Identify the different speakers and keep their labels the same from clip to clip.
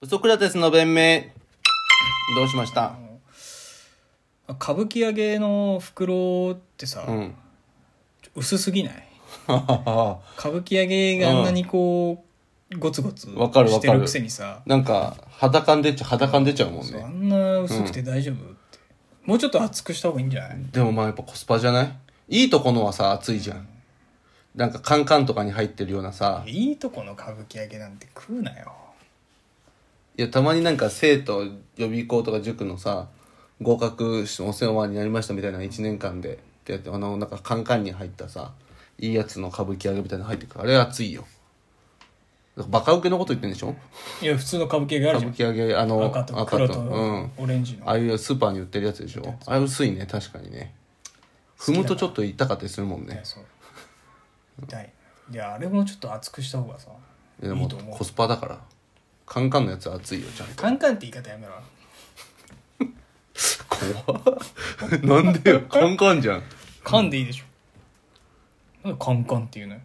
Speaker 1: ウソクラテスの弁明どうしました
Speaker 2: 歌舞伎揚げの袋ってさ、
Speaker 1: うん
Speaker 2: 薄すぎない
Speaker 1: は
Speaker 2: 歌舞伎揚げがあんなにこう、ゴツゴツ
Speaker 1: わかるわ
Speaker 2: し
Speaker 1: か
Speaker 2: て
Speaker 1: る
Speaker 2: るくせにさ、
Speaker 1: なんか肌感出ちゃ肌感出ちゃうもん
Speaker 2: そうあ
Speaker 1: ね
Speaker 2: んな薄くて大丈夫って、もうちょっと厚くした方がいいんじゃない
Speaker 1: でもまあやっぱコスパじゃないいいとこのはさ熱いじゃんなんかカンカンとかに入ってるようなさ
Speaker 2: いいとこの歌舞伎揚げなんて食うなよ
Speaker 1: いやたまになんか生徒予備校とか塾のさ合格してお世話になりましたみたいな1年間でってやってあのなんかカンカンに入ったさいいやつの歌舞伎揚げみたいなの入ってくるあれ熱いよバカウケのこと言ってんでしょ
Speaker 2: いや普通の歌舞伎揚げある
Speaker 1: 歌
Speaker 2: じゃ
Speaker 1: 舞
Speaker 2: ん
Speaker 1: 伎揚げあの
Speaker 2: 赤と黒と
Speaker 1: うん
Speaker 2: オレンジの、
Speaker 1: ああいうスーパーに売ってるやつでしょあれ薄いね確かにね踏むとちょっと痛かったりするもんね
Speaker 2: そう痛いいやあれもちょっと厚くした方がさ
Speaker 1: で
Speaker 2: い
Speaker 1: も
Speaker 2: いと思う
Speaker 1: コスパだからカンカンのやつは熱いよちゃんと
Speaker 2: カンカンって言い方やめろ
Speaker 1: 怖っなんでよカンカンじゃん
Speaker 2: カンでいいでしょ、なんでカンカンっていうのよ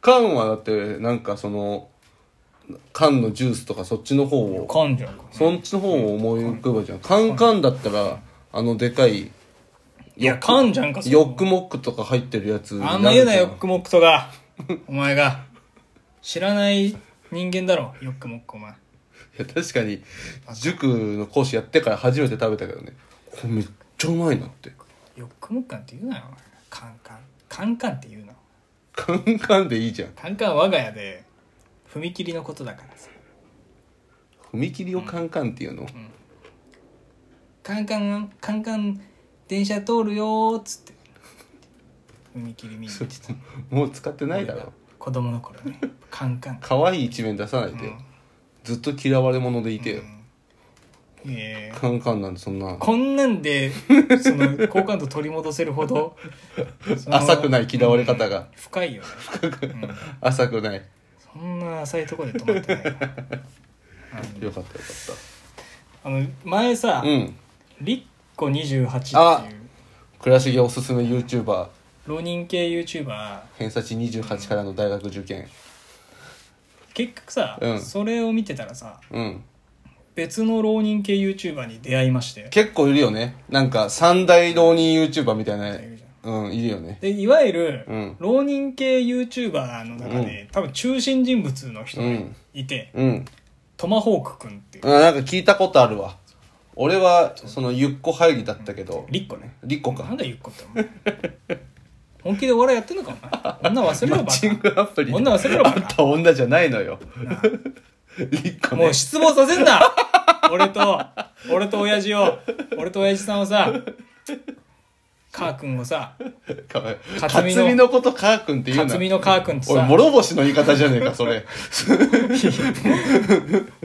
Speaker 1: 缶はだってなんかその缶のジュースとかそっちの方を
Speaker 2: カンじゃんか
Speaker 1: そっちの方を思い浮かべじゃんカンカンだったらあのでかい
Speaker 2: いやカンじゃんか
Speaker 1: ヨックモックとか入ってるやつに
Speaker 2: あん
Speaker 1: な
Speaker 2: ま
Speaker 1: るじ
Speaker 2: 言
Speaker 1: ゃ
Speaker 2: うな、ヨックモックとか。 お前が。知らない人間だろ、ヨックモック、お前。
Speaker 1: いや確かに塾の講師やってから初めて食べたけどねこれめっちゃうまいなって
Speaker 2: ヨックモックなんて言うなよ、お前カンカン。カンカンって言うな。
Speaker 1: カンカンでいいじゃん
Speaker 2: カンカンは我が家で、踏切のことだからさ。
Speaker 1: 踏切をカンカンっていうの、
Speaker 2: カンカン、カンカン、電車通るよーっつって。踏切見に行って た。
Speaker 1: もう使ってないだろ
Speaker 2: 子供の頃ね。カンカン。
Speaker 1: 可愛い一面出さないで、よずっと嫌われ者でいてよ、
Speaker 2: えー
Speaker 1: カンカンなんてそんな
Speaker 2: こんなんで、その、好感度取り戻せるほど、その
Speaker 1: 浅くない嫌われ方が、
Speaker 2: 深いよね。うん
Speaker 1: 浅くない
Speaker 2: そんな浅いところで止まってないか
Speaker 1: よ
Speaker 2: ら
Speaker 1: かったよかっ
Speaker 2: あの前さ
Speaker 1: たうん
Speaker 2: 「りっこ28」っていう
Speaker 1: 倉重おすすめ YouTuber
Speaker 2: 浪人系 YouTuber
Speaker 1: 偏差値28からの大学受験
Speaker 2: 結局さ、
Speaker 1: うん
Speaker 2: それを見てたらさ
Speaker 1: うん
Speaker 2: 別の浪人系 YouTuber に出会いまして
Speaker 1: 結構いるよねなんか三大浪人 YouTuber みたいなうんいるよね
Speaker 2: でいわゆる、
Speaker 1: うん
Speaker 2: 浪人系 YouTuber の中で、多分中心人物の人
Speaker 1: う
Speaker 2: が
Speaker 1: ん
Speaker 2: いて、
Speaker 1: うん
Speaker 2: トマホークくんっていう
Speaker 1: あなんか聞いたことあるわ俺はそのゆっこ入りだったけど
Speaker 2: りっこね
Speaker 1: りっこ
Speaker 2: な
Speaker 1: か
Speaker 2: んだゆっこってお前本気でお笑いやってんのかお前女忘れ
Speaker 1: マ
Speaker 2: ろバ
Speaker 1: ッチングアプリ
Speaker 2: 女忘れろバ
Speaker 1: あ
Speaker 2: カ
Speaker 1: んた女じゃないのよりっこ
Speaker 2: カ
Speaker 1: ね
Speaker 2: もう失望させんな 俺と俺と親父を俺と親父さんをさカー君をさ
Speaker 1: かわいい
Speaker 2: か
Speaker 1: か
Speaker 2: つみの
Speaker 1: つみのことかーくんって言うな
Speaker 2: 辰巳のカー君と
Speaker 1: おい
Speaker 2: さ
Speaker 1: 諸星の言い方じゃねえかそれ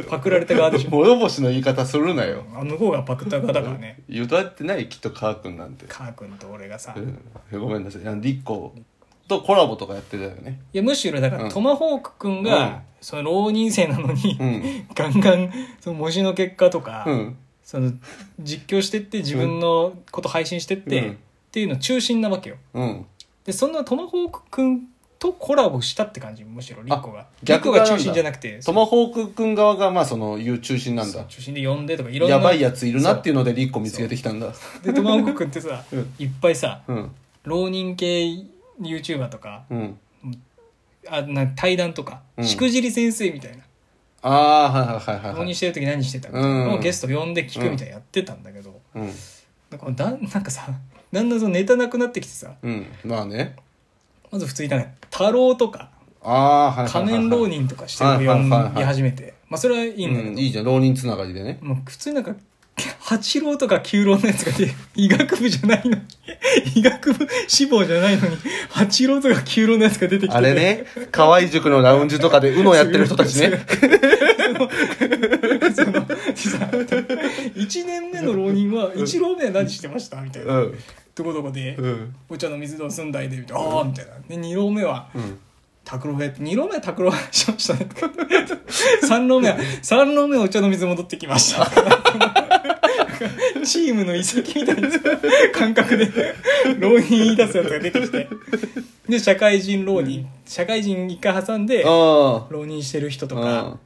Speaker 2: パクられた側でしょ
Speaker 1: 諸星の言い方するなよ
Speaker 2: あの子がパクった側だからね
Speaker 1: 言うとやってないきっとかーくんなんて
Speaker 2: カー君と俺がさ
Speaker 1: うんごめんなさいあのリッコとコラボとかやってたよね
Speaker 2: いやむしろだか
Speaker 1: うん
Speaker 2: らトマホーク君
Speaker 1: うん
Speaker 2: がその浪人生なのに、
Speaker 1: うん
Speaker 2: ガンガンその模試の結果とか、
Speaker 1: うん
Speaker 2: その実況してって自分のこと配信してっ
Speaker 1: う
Speaker 2: て、
Speaker 1: ん
Speaker 2: っていうの中心なわけよ
Speaker 1: うん
Speaker 2: でそんなトマホーク君とコラボしたって感じむしろリッコが
Speaker 1: あ
Speaker 2: リッ
Speaker 1: 逆
Speaker 2: コが
Speaker 1: 側なんだ
Speaker 2: 中心じゃなくて
Speaker 1: トマホークくん側がまあその言う中心なん
Speaker 2: そう
Speaker 1: だ
Speaker 2: 中心で呼んでとかいろんな
Speaker 1: やばいやついるなっていうのでリッコ見つけてきたんだ
Speaker 2: でトマホーク君ってさ、
Speaker 1: うん
Speaker 2: いっぱいさ
Speaker 1: うん
Speaker 2: 浪人系 YouTuber とか
Speaker 1: うん
Speaker 2: あな対談とか、
Speaker 1: うん
Speaker 2: しくじり先生みたいな
Speaker 1: ああはいはいはいは
Speaker 2: 浪
Speaker 1: いは
Speaker 2: 人
Speaker 1: い
Speaker 2: してる時何してたみたいなの
Speaker 1: う
Speaker 2: を
Speaker 1: ん
Speaker 2: ゲスト呼んで聞くみたいなやってたんだけど、
Speaker 1: うん
Speaker 2: なんかだなんかさだんだんそのネタなくなってきてさ
Speaker 1: うんまあね
Speaker 2: まず普通になんか太郎とか
Speaker 1: ああーはいはい
Speaker 2: 仮
Speaker 1: はい
Speaker 2: 面浪人とかしてる
Speaker 1: はいはいはい
Speaker 2: の
Speaker 1: はい
Speaker 2: を呼び始めてまあそれはいいんだけ
Speaker 1: う
Speaker 2: ど
Speaker 1: ん、いいじゃん浪人つながりでね
Speaker 2: もう普通になんか、八郎とか九郎のやつがで、医学部じゃないのに、医学部志望じゃないのに、八郎とか九郎のやつが出てきて。
Speaker 1: あれね河合塾のラウンジとかで UNO やってる人たち ね
Speaker 2: その。さ1年目の浪人は、一浪目は何してましたみたいうな。
Speaker 1: ん
Speaker 2: どこどこで、
Speaker 1: うん
Speaker 2: お茶の水どうすんだいで、みたいな。ああ、みたいな。で、二浪目は、
Speaker 1: うん
Speaker 2: 拓郎がやって、二浪目は拓郎がしましたね。三浪目は、三浪目はお茶の水戻ってきました。チームの遺跡みたいな感覚で、浪人言い出すやつが出てきて。で、社会人浪人。社会人一回挟んで、
Speaker 1: あ
Speaker 2: 浪人してる人と
Speaker 1: あ
Speaker 2: か、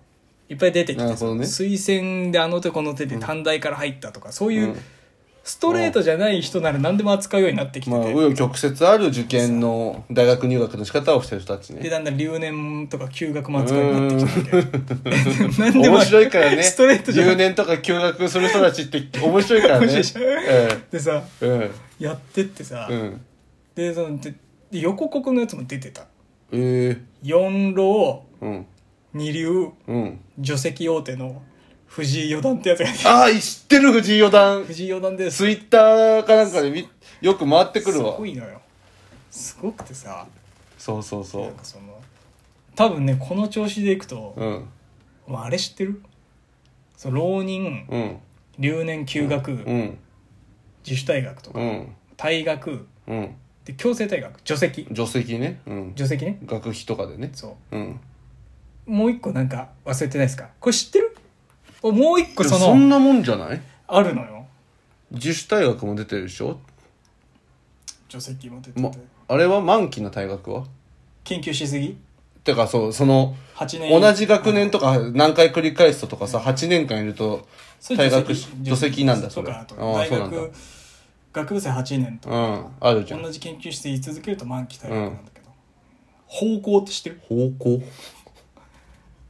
Speaker 2: いっぱい出てき
Speaker 1: な
Speaker 2: て
Speaker 1: るほどね
Speaker 2: 推薦であの手この手で短大から入ったとか、そういううんストレートじゃない人なら何でも扱うようになってきて
Speaker 1: まあ
Speaker 2: て、
Speaker 1: 紆余曲折ある受験の大学入学の仕方をしてる人たち
Speaker 2: で
Speaker 1: ね
Speaker 2: だんだん留年とか休学も扱うようになってきて て何でも
Speaker 1: 面白いからね
Speaker 2: ストレートじゃな
Speaker 1: 留年
Speaker 2: い
Speaker 1: とか休学する人たちって面白い からね
Speaker 2: 面白でさ
Speaker 1: うんうん
Speaker 2: やってってさ、
Speaker 1: うん
Speaker 2: でそのでで予告のやつも出てた
Speaker 1: ええ
Speaker 2: 四浪
Speaker 1: うん
Speaker 2: 二流
Speaker 1: うん
Speaker 2: 除籍大手の藤井四段ってやつがいて
Speaker 1: ああ知ってる藤井四段
Speaker 2: 藤井四段です
Speaker 1: ツイッターかなんかでみよく回ってくる
Speaker 2: す
Speaker 1: わ
Speaker 2: ごいのよすごくてさ
Speaker 1: そうそうそ
Speaker 2: なん
Speaker 1: う
Speaker 2: かその多分ねこの調子でいくと、
Speaker 1: うん
Speaker 2: まあ、あれ知ってるその浪人
Speaker 1: うん
Speaker 2: 留年休学、
Speaker 1: うん
Speaker 2: 自主退学とか、
Speaker 1: うん
Speaker 2: 退学
Speaker 1: うん
Speaker 2: で強制退学除籍
Speaker 1: 助手席ねうん
Speaker 2: 除籍ね
Speaker 1: 学費とかでね
Speaker 2: そ
Speaker 1: うん
Speaker 2: うもう一個なんか忘れてないですかこれ知ってるおもう一個
Speaker 1: でも
Speaker 2: そ
Speaker 1: そんな
Speaker 2: の
Speaker 1: もんじゃない
Speaker 2: あるのよ
Speaker 1: 自主退学も出てるでしょ、
Speaker 2: 除籍も出てて、
Speaker 1: ま、あれは満期の退学は
Speaker 2: 研究しすぎ
Speaker 1: てかそうその
Speaker 2: 8年
Speaker 1: 同じ学年とか何回繰り返すととかさ8年間いると
Speaker 2: それ
Speaker 1: 退学し
Speaker 2: 除
Speaker 1: 除籍なんだ
Speaker 2: そ
Speaker 1: そうれ
Speaker 2: かあと
Speaker 1: ああ
Speaker 2: 大
Speaker 1: そうなんだ
Speaker 2: 学学部生8年と
Speaker 1: う
Speaker 2: か、
Speaker 1: んあるじゃん
Speaker 2: 同じ研究室居続けると満期退学なんだけど、方向って知ってる
Speaker 1: 方向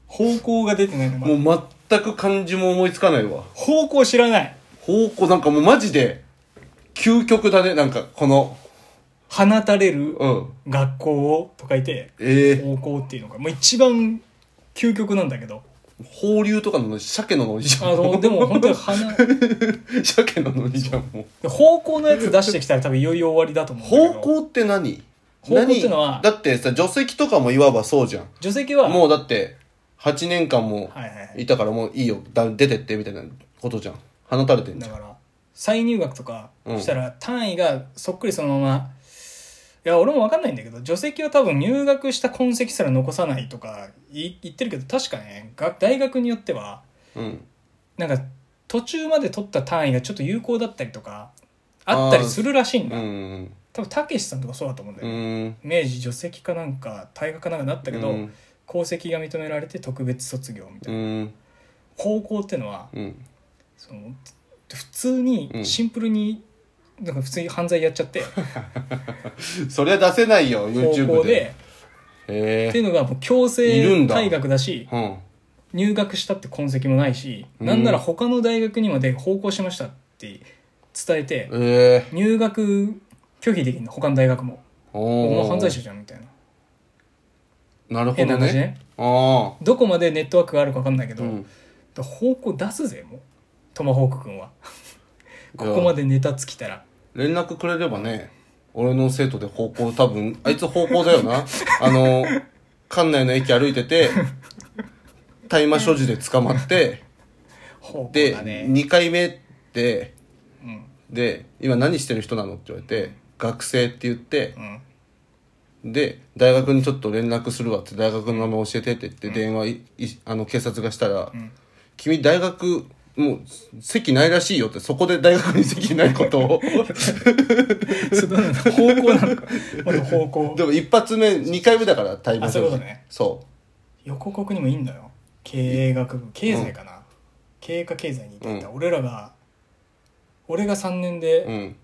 Speaker 2: 方向が出てないの、まだ
Speaker 1: もう全く漢字も思いつかないわ
Speaker 2: 方向知らない
Speaker 1: 方向なんかもうマジで究極だねなんかこの
Speaker 2: 放たれる
Speaker 1: うん
Speaker 2: 学校をと書いて
Speaker 1: ええ
Speaker 2: 方向っていうのがもう一番究極なんだけど
Speaker 1: 放流とかの鮭のノリじ
Speaker 2: あ
Speaker 1: ゃん
Speaker 2: のでも本当に花
Speaker 1: 鮭のノリじゃんもう
Speaker 2: 方向のやつ出してきたら多分いよいよ終わりだと思うんだけ
Speaker 1: 方
Speaker 2: ど
Speaker 1: 向って何
Speaker 2: 方向ってのは
Speaker 1: 何だってさ除籍とかもいわばそうじゃん
Speaker 2: 除籍は
Speaker 1: もうだって8年間も
Speaker 2: はいはいはい
Speaker 1: いたからもういいよだ出てってみたいなことじゃん放たれてんじ
Speaker 2: だ
Speaker 1: ゃん
Speaker 2: から再入学とかしたら単位がそっくりそのままいや俺も分かんないんだけど除籍は多分入学した痕跡すら残さないとかい言ってるけど確かねが大学によっては
Speaker 1: うん
Speaker 2: なんか途中まで取った単位がちょっと有効だったりとかあったりするらしいん
Speaker 1: う
Speaker 2: だ、
Speaker 1: ん
Speaker 2: 多分たけしさんとかそうだと思うんだ
Speaker 1: う
Speaker 2: よね、
Speaker 1: ん
Speaker 2: 明治除籍かなんか退学かなんかなったけど、
Speaker 1: うん
Speaker 2: 功績が認められて特別卒業みた
Speaker 1: う
Speaker 2: いな、
Speaker 1: ん
Speaker 2: 高校ってのは
Speaker 1: うん
Speaker 2: その普通
Speaker 1: う
Speaker 2: に
Speaker 1: ん
Speaker 2: シンプルに、なんか普通に犯罪やっちゃって
Speaker 1: そりゃ出せないよ
Speaker 2: 高
Speaker 1: YouTube
Speaker 2: 校
Speaker 1: で
Speaker 2: で
Speaker 1: へ
Speaker 2: ってい
Speaker 1: え
Speaker 2: うのがもう強制
Speaker 1: いるんだ
Speaker 2: 退学だし
Speaker 1: うん
Speaker 2: 入学したって痕跡もないし、
Speaker 1: うん
Speaker 2: なんなら他の大学にまで報考しましたって伝えて、
Speaker 1: ええ
Speaker 2: 入学拒否できるの他の大学も「お
Speaker 1: お
Speaker 2: 前
Speaker 1: お
Speaker 2: 犯罪者じゃん」みたいな
Speaker 1: なるほ
Speaker 2: 変な
Speaker 1: ど
Speaker 2: 話ね
Speaker 1: ねあ
Speaker 2: どこまでネットワークがあるか分かんないけ
Speaker 1: あ
Speaker 2: ど、
Speaker 1: うん
Speaker 2: 方向出すぜもうトマホーク君はここまでネタ尽きたら
Speaker 1: 連絡くれればね俺の生徒で方向多分あいつ方向だよ なあの館内の駅歩いてて大麻所持で捕まって
Speaker 2: 方向
Speaker 1: で、
Speaker 2: だね
Speaker 1: 2回目で
Speaker 2: うん
Speaker 1: で今何してる人なのって言われて学生って言って
Speaker 2: うん
Speaker 1: で大学にちょっと連絡するわって大学の名前教えてって言って電話い、いあの警察がしたら、
Speaker 2: ん
Speaker 1: 君大学もう席ないらしいよってそこで大学に席ないこと を
Speaker 2: その方向なのかまず方向
Speaker 1: でも一発目2回目だから対面
Speaker 2: あそういうことね
Speaker 1: そ
Speaker 2: 横国にもいいんだよ経営学部経済かな、経営か経済に行ってた、
Speaker 1: う
Speaker 2: 俺らが俺が3年
Speaker 1: う
Speaker 2: で、
Speaker 1: うん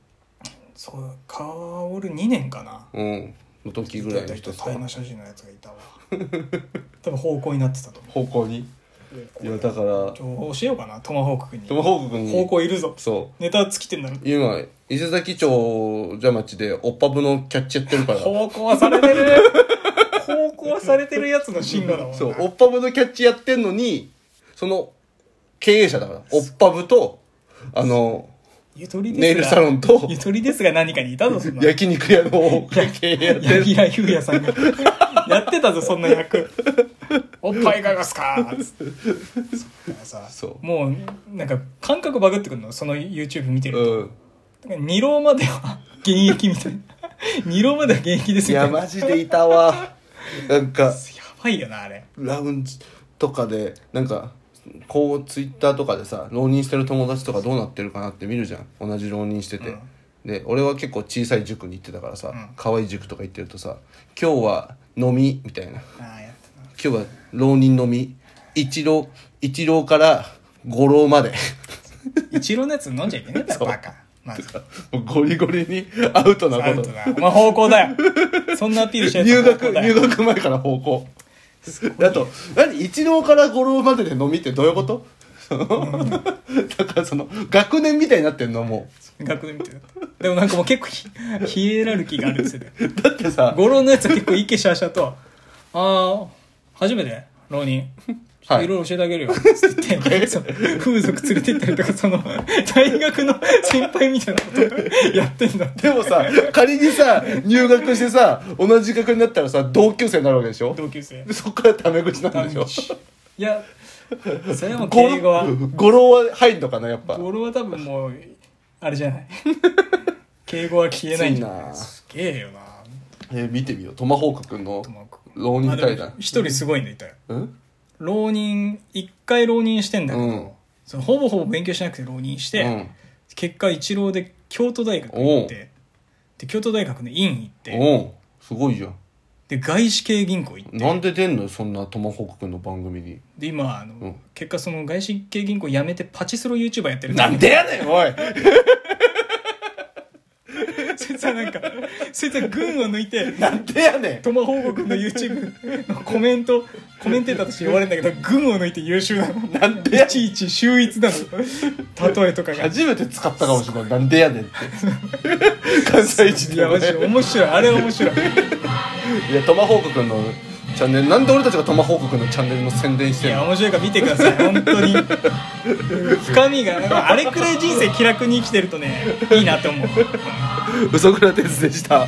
Speaker 2: そう薫2年かな
Speaker 1: うんの時ぐらいの人
Speaker 2: と
Speaker 1: さ
Speaker 2: 大麻所持のやつがいたわ 多分方向になってたと思
Speaker 1: 方向に
Speaker 2: う
Speaker 1: いやだから
Speaker 2: 情報教えようかなトマホーク君に
Speaker 1: トマホーク君に
Speaker 2: 方向いるぞ
Speaker 1: そ
Speaker 2: ネタ尽きてんだろ
Speaker 1: う今伊勢崎町じゃ町でおっぱぶのキャッチやってるから
Speaker 2: 方向はされてる方向はされてるやつの進路だもんな
Speaker 1: そうおっぱぶのキャッチやってんのにその経営者だからおっぱぶとあの
Speaker 2: ゆとりですが
Speaker 1: ネイルサロンと
Speaker 2: ゆとりですが何かにいたぞそんな
Speaker 1: 焼肉屋の経営やってる
Speaker 2: 柳楽優弥さんが やってたぞそんな役おっぱいいかがすかーっつってそっからさ
Speaker 1: そう
Speaker 2: もうなんか感覚バグってくるのその YouTube 見てる
Speaker 1: うん
Speaker 2: と、なんか二浪までは現役みたいな 二浪までは現役です
Speaker 1: い
Speaker 2: みた
Speaker 1: や
Speaker 2: いなや
Speaker 1: マジでいたわなんか
Speaker 2: ばいよなあれ
Speaker 1: ラウンジとかでなんかこうツイッターとかでさ浪人してる友達とかどうなってるかなって見るじゃん同じ浪人してて、
Speaker 2: うん
Speaker 1: で俺は結構小さい塾に行ってたからさ、
Speaker 2: ん
Speaker 1: 可愛い塾とか行ってるとさ「今日は飲み」みたいな
Speaker 2: ああやってたな
Speaker 1: 「今日は浪人飲み」一郎、一郎から五郎まで。
Speaker 2: 一郎のやつ飲んじゃいけねえんだよ
Speaker 1: そう
Speaker 2: バカまず
Speaker 1: もうゴリゴリにアウトな
Speaker 2: アウ
Speaker 1: こ
Speaker 2: ト
Speaker 1: と。
Speaker 2: だお前方向だよそんなアピールしない
Speaker 1: 入学、入
Speaker 2: 学
Speaker 1: 学前から方向。だと、何一郎から五郎までで飲みってどういうことその だからその、学年みたいになってんのも
Speaker 2: 学年みたいだったでもなんかもう結構ヒヒエラルキーがあるんですよね
Speaker 1: う。だってさ、
Speaker 2: 五郎のやつは結構イケシャーシャーと「ああ初めて浪人」
Speaker 1: はい
Speaker 2: いろいろ教えてあげるよ。つって言 って、その風俗連れて行ったりとか、その、大学の 先輩みたいなことやってんだって。
Speaker 1: でもさ、仮にさ、入学してさ、同じ学年になったらさ、同級生になるわけでしょ
Speaker 2: 同級生
Speaker 1: で。そっからタメ口なんでしょ
Speaker 2: いや、それはもう
Speaker 1: ゴ
Speaker 2: 敬語は
Speaker 1: ロ、ゴロは入んのかな、やっぱ。
Speaker 2: 語呂は多分もう、あれじゃない。敬語は消えないんじゃな
Speaker 1: きついない
Speaker 2: すげえよな
Speaker 1: えー見てみよう。トマホークくんの
Speaker 2: ともかく
Speaker 1: 浪人対
Speaker 2: あでも
Speaker 1: 談。
Speaker 2: 一人すごいんだいたよ。
Speaker 1: うん
Speaker 2: 浪人、一回浪人してんだけど、
Speaker 1: うん
Speaker 2: そのほぼほぼ勉強しなくて浪人して、
Speaker 1: うん
Speaker 2: 結果一浪で京都大学行ってで京都大学の院行って
Speaker 1: おうすごいじゃん。
Speaker 2: で外資系銀行行って
Speaker 1: なんで出んのよそんなトマホークくんの番組に。
Speaker 2: で今あの、
Speaker 1: うん
Speaker 2: 結果その外資系銀行辞めてパチスロ YouTuber やってる
Speaker 1: なんでやねん、おい
Speaker 2: そいつはなんかそいつは群を抜いて
Speaker 1: なんでやね
Speaker 2: トマホーク君の YouTube のコメントコメンテーターとして呼ばれるんだけど群を抜いて優秀なの
Speaker 1: なんでや
Speaker 2: いちいち秀逸なの例えとか
Speaker 1: ん
Speaker 2: が
Speaker 1: 初めて使ったかもしれない。なんでやねんって。関西人
Speaker 2: い
Speaker 1: で
Speaker 2: やマジで面白いあれ面白い
Speaker 1: いや、トマホークくんのチャンネル、なんで俺たちがトマホークくんのチャンネルの宣伝し
Speaker 2: い
Speaker 1: てん
Speaker 2: や
Speaker 1: の
Speaker 2: 面白いから見てください本当 に深みがまああれくらい人生気楽に生きてるとねいいなって思う
Speaker 1: 嘘倉哲でした。